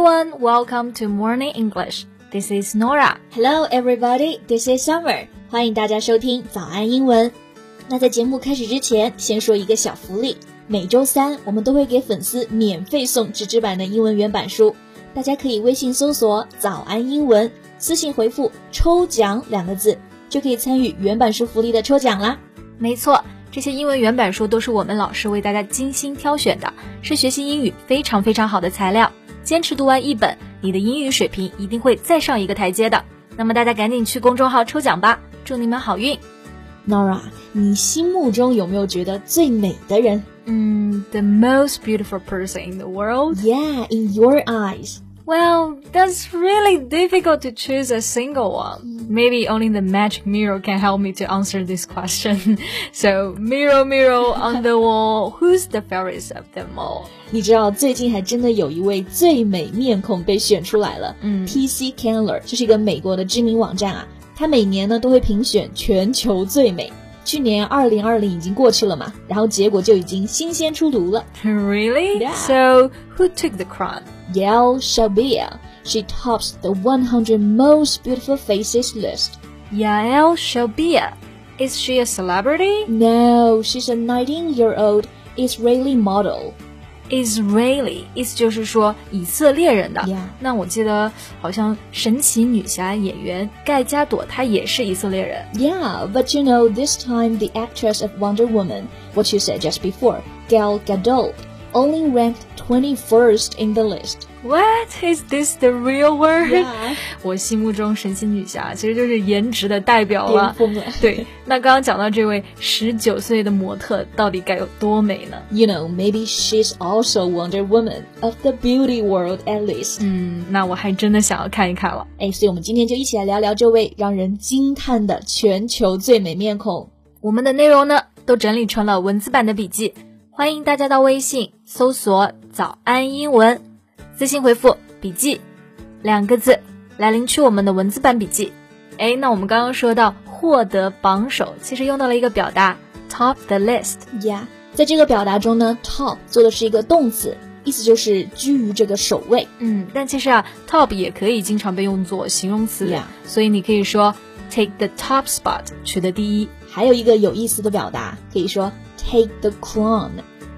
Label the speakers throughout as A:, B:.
A: Welcome to Morning English. This is Nora.
B: Hello, everybody. This is Summer. 欢迎大家收听早安英文。那在节目开始之前，先说一个小福利。每周三我们都会给粉丝免费送纸质版的英文原版书，大家可以微信搜索“早安英文”，私信回复“抽奖”两个字，就可以参与原版书福利的抽奖啦。
A: 没错，这些英文原版书都是我们老师为大家精心挑选的，是学习英语非常非常好的材料。坚持读完一本，你的英语水平一定会再上一个台阶的。那么大家赶紧去公众号抽奖吧，祝你们好运。
B: Nora，你心目中有没有觉得最美的人
A: 嗯，the most beautiful person in the world.
B: ？Yeah，in your eyes。
A: Well, that's really difficult to choose a single one.
B: Mm.
A: Maybe only the magic mirror can help me to answer this question. so, mirror, mirror on the wall, who's the fairest of them all?
B: 你知道最近还真的有一位最美面孔被选出来了，嗯，PC Candler，这是一个美国的知名网站啊，它每年呢都会评选全球最美。去年二零二零已经过去了嘛，然后结果就已经新鲜出炉了。
A: Mm. really?
B: Yeah.
A: So, who took the crown?
B: Yael Shabir, she tops the 100 most beautiful faces list.
A: Yael Shabia. Is she a celebrity?
B: No, she's a 19-year-old Israeli model.
A: Israeli，意思就是说以色列人的。
B: Yeah.
A: 那我记得好像神奇女侠演员盖加朵，她也是以色列人。
B: Yeah, but you know, this time the actress of Wonder Woman, what you said just before, Gal Gadot, only ranked 21st in the list.
A: What is this the real word？、
B: Yeah.
A: 我心目中神奇女侠其实就是颜值的代表
B: 巅
A: 了。
B: 峰了。
A: 对，那刚刚讲到这位十九岁的模特到底该有多美呢？
B: You know, maybe she's also Wonder Woman of the beauty world at least.
A: 嗯，那我还真的想要看一看了。
B: 哎，所以我们今天就一起来聊聊这位让人惊叹的全球最美面孔。
A: 我们的内容呢都整理成了文字版的笔记，欢迎大家到微信搜索“早安英文”，私信回复“笔记”两个字来领取我们的文字版笔记。哎，那我们刚刚说到获得榜首，其实用到了一个表达 “top the list”。
B: Yeah，在这个表达中呢，top 做的是一个动词，意思就是居于这个首位。
A: 嗯，但其实啊，top 也可以经常被用作形容词
B: Yeah
A: 所以你可以说 take the top spot，取得第一。
B: 还有一个有意思的表达，可以说 take the crown，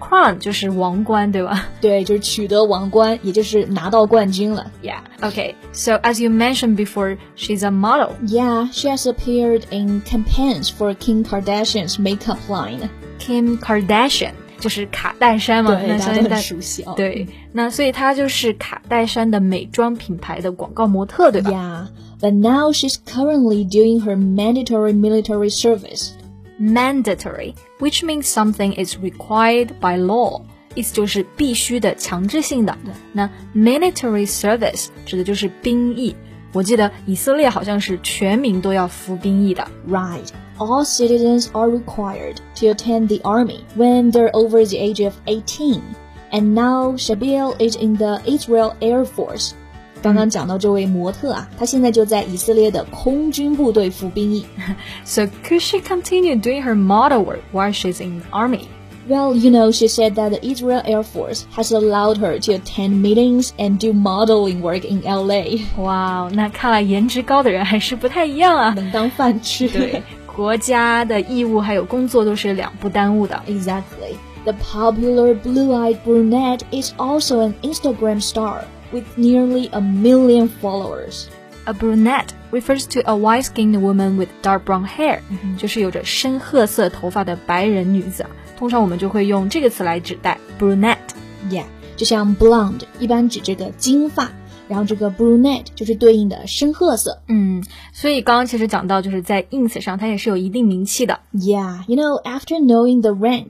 A: Crown 就是王冠，对吧
B: 对，就是取得王冠，也就是拿到冠军了。
A: ？Yeah. Okay. So as you mentioned before, she's a model.
B: Yeah, she has appeared in campaigns for Kim Kardashian's makeup line。
A: Kim Kardashian 就是卡戴珊嘛，
B: 对，大
A: 那
B: 家
A: 相信
B: 都
A: 大
B: 很熟悉哦。
A: 对，那所以她就是卡戴珊的美妆品牌的广告模特，对吧
B: Yeah, but now she's currently doing her mandatory military service.
A: mandatory, which means something is required by law. 意思就是必须的、强制性的。那 military service 指的就是兵役。我记得以色列好像是全民都要服兵役的。
B: Right. All citizens are required to attend the army when they're over the age of 18. And now Shabil is in the Israel Air Force. 刚刚讲到这位模特啊，她现在就在以色列的空军部队服兵役。
A: So could she continue doing her model work while she's in the army?
B: Well, you know, she said that the Israel Air Force has allowed her to attend meetings and do modeling work in LA.
A: 哇哦，那看来颜值高的人还是不太一样啊。
B: 能当饭吃。
A: 对，国家的义务还有工作都是两不耽误的。
B: Exactly. The popular blue eyed brunette is also an Instagram star with nearly a million followers.
A: A brunette refers to a white-skinned woman with dark brown hair，、就是有着深褐色头发的白人女子啊。通常我们就会用这个词来指代 brunette。
B: Yeah，就像 blonde 一般指这个金发，然后这个 brunette 就是对应的深褐色。
A: 嗯，所以刚刚其实讲到，就是在 ins 上，它也是有一定名气的。
B: Yeah, you know, after knowing the rank,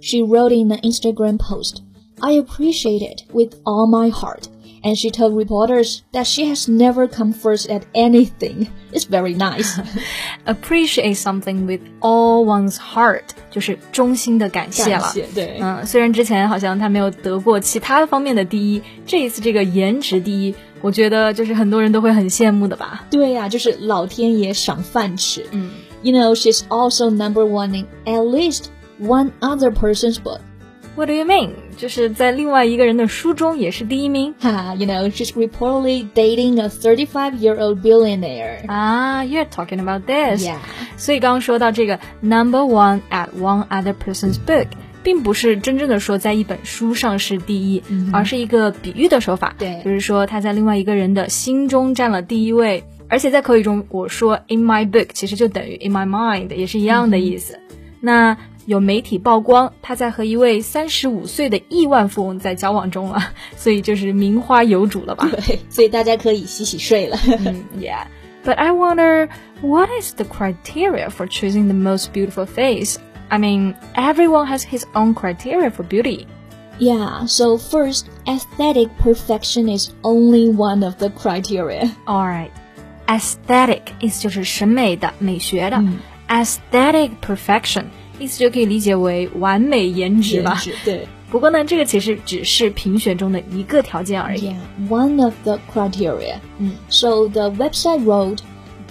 B: she wrote in an Instagram post, I appreciate it with all my heart. And she told reporters that she has never come first at anything. It's very nice.
A: Appreciate something with all one's heart，就是衷心的感谢了。
B: 感谢对
A: 嗯，虽然之前好像他没有得过其他方面的第一，这一次这个颜值第一，我觉得就是很多人都会很羡慕的吧。
B: 对呀、就是老天爷赏饭吃。
A: 嗯。
B: You know, she's also number one in at least one other person's book.
A: What do you mean？就是在另外一个人的书中也是第一名
B: you know, she's reportedly dating a 35-year-old billionaire.
A: 啊。You're talking about this。
B: Yeah.
A: 所以刚刚说到这个 number one at one other person's book，并不是真正的说在一本书上是第一，而是一个比喻的手法。
B: 对
A: 就是说他在另外一个人的心中占了第一位。而且在口语中，我说 in my book 其实就等于 in my mind，也是一样的意思。那有媒体曝光他在和一位三十五岁的亿万富翁在交往中了，所以就是名花有主了吧？
B: 对，所以大家可以洗洗睡了。
A: Yeah. But I wonder what is the criteria for choosing the most beautiful face? I mean, everyone has his own criteria for beauty.
B: Yeah, so first, aesthetic perfection is only one of the criteria.
A: All right. Aesthetic 意思就是审美的、美学的。Aesthetic perfection 意思就可以理解为完美颜 值吧。
B: 颜值，对。
A: 不过呢，这个其实只是评选中的一个条件而已。
B: Yeah, one of the criteria.
A: 嗯
B: So the website wrote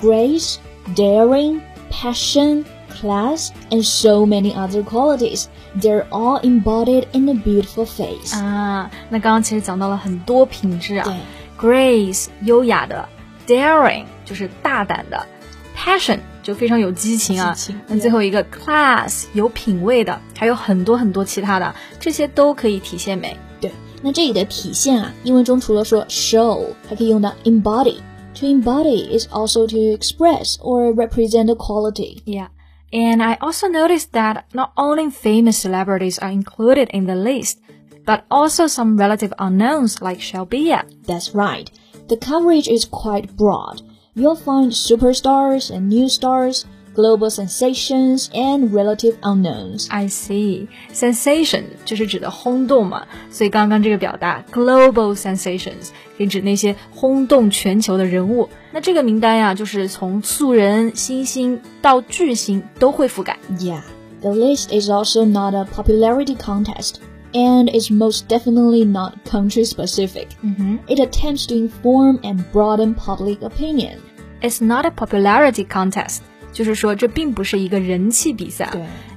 B: grace, daring, passion, class, and so many other qualities. They're all embodied in a beautiful face.
A: 啊，那刚刚其实讲到了很多品质啊。
B: 对
A: Grace 优雅的，Daring 就是大胆的，Passion 就非常有激情啊
B: 激情。
A: 那最后一个 Class 有品味的，还有很多很多其他的，这些都可以体现美。
B: 对，那这里的体现啊，英文中除了说 show，还可以用到 embody。To embody is also to express or represent a quality.
A: Yeah. And I also noticed that not only famous celebrities are included in the list, but also some relative unknowns like Shelbia.
B: That's right. The coverage is quite broad. You'll find superstars and new stars, global sensations, and relative unknowns.
A: I see. Sensation 就是指的轰动嘛，所以刚刚这个表达 global sensations 可以指那些轰动全球的人物。那这个名单呀、就是从素人、新星到巨星都会覆盖。
B: Yeah. The list is also not a popularity contest, and is most definitely not country specific. It attempts to inform and broaden public opinion.
A: It's not a popularity contest，就是说这并不是一个人气比赛。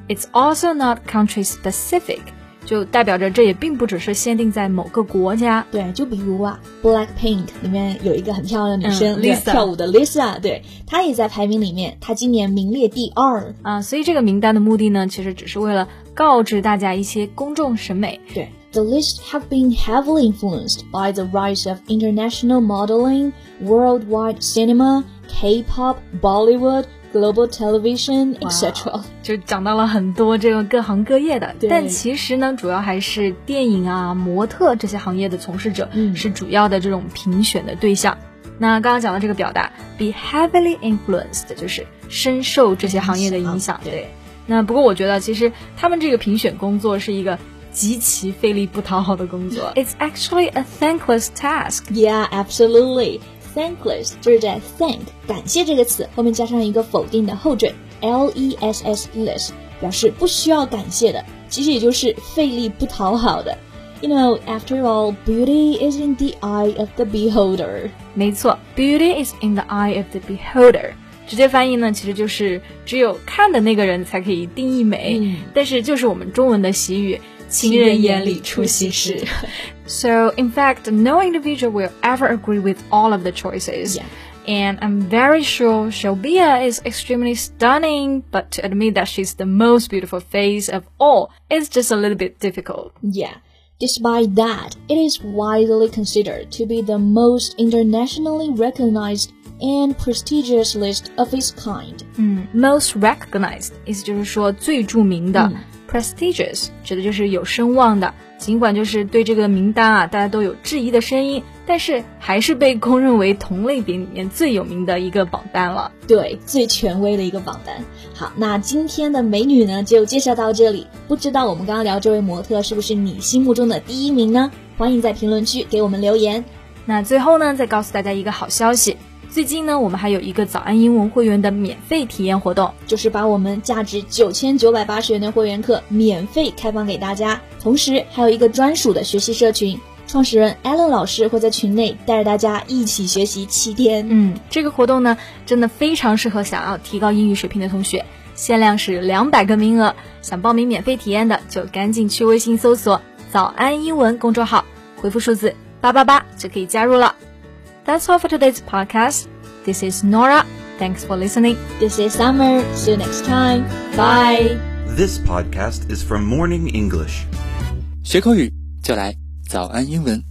A: It's also not country specific，就代表着这也并不只是限定在某个国家。
B: 对，就比如啊，Blackpink 里面有一个很漂亮的女生，
A: 嗯
B: 对
A: Lisa
B: 跳舞的 Lisa，对，她也在排名里面，她今年名列第二。
A: 啊，所以这个名单的目的呢，其实只是为了告知大家一些公众审美。
B: 对，The list have been heavily influenced by the rise of international modeling, worldwide cinema, K-pop, Bollywood, global television, etc.
A: 就讲到了很多这个各行各业的，
B: 对
A: 但其实呢，主要还是电影啊、模特这些行业的从事者、
B: 嗯
A: 是主要的这种评选的对象。那刚刚讲到这个表达，be heavily influenced，就是深受 这些行业的影响。
B: 影响对
A: 那不过我觉得其实他们这个评选工作是一个极其费力不讨好的工作。It's actually a thankless task。
B: Yeah, absolutely. Thankless 就是在 thank 感谢这个词后面加上一个否定的后缀 l e s s less，表示不需要感谢的，其实也就是费力不讨好的。You know, after all, beauty is in the eye of the beholder.
A: 没错，Beauty is in the eye of the beholder。直接翻译呢，其实就是只有看的那个人才可以定义美，
B: 嗯
A: 但是就是我们中文的习语“情人眼里出西施”。So in fact, no individual will ever agree with all of the choices.
B: Yeah.
A: And I'm very sure Shelbia is extremely stunning, but to admit that she's the most beautiful face of all is just a little bit difficult.
B: Yeah. Despite that, it is widely considered to be the most internationally recognized and prestigious list of its kind.
A: 嗯 most recognized 意思就是说最著名的、p
B: 嗯
A: r e s t i g i o u s 指的就是有声望的。尽管就是对这个名单啊，大家都有质疑的声音，但是还是被公认为同类别里面最有名的一个榜单了。
B: 对，最权威的一个榜单。好，那今天的美女呢，就介绍到这里。不知道我们刚刚聊这位模特是不是你心目中的第一名呢？欢迎在评论区给我们留言。
A: 那最后呢，再告诉大家一个好消息，最近呢，我们还有一个早安英文会员的免费体验活动。
B: 就是把我们价值九千九百八十元的会员课免费开放给大家，同时还有一个专属的学习社群，创始人 Allen 老师会在群内带着大家一起学习七天。
A: 嗯，这个活动呢，真的非常适合想要提高英语水平的同学。限量是两百个名额。想报名免费体验的，就赶紧去微信搜索“早安英文”公众号，回复数字八八八就可以加入了。That's all for today's podcast. This is Nora. Thanks for listening.
B: This is Summer. See you next time. Bye.
C: This podcast is from Morning English.
D: 学口语就来早安英文。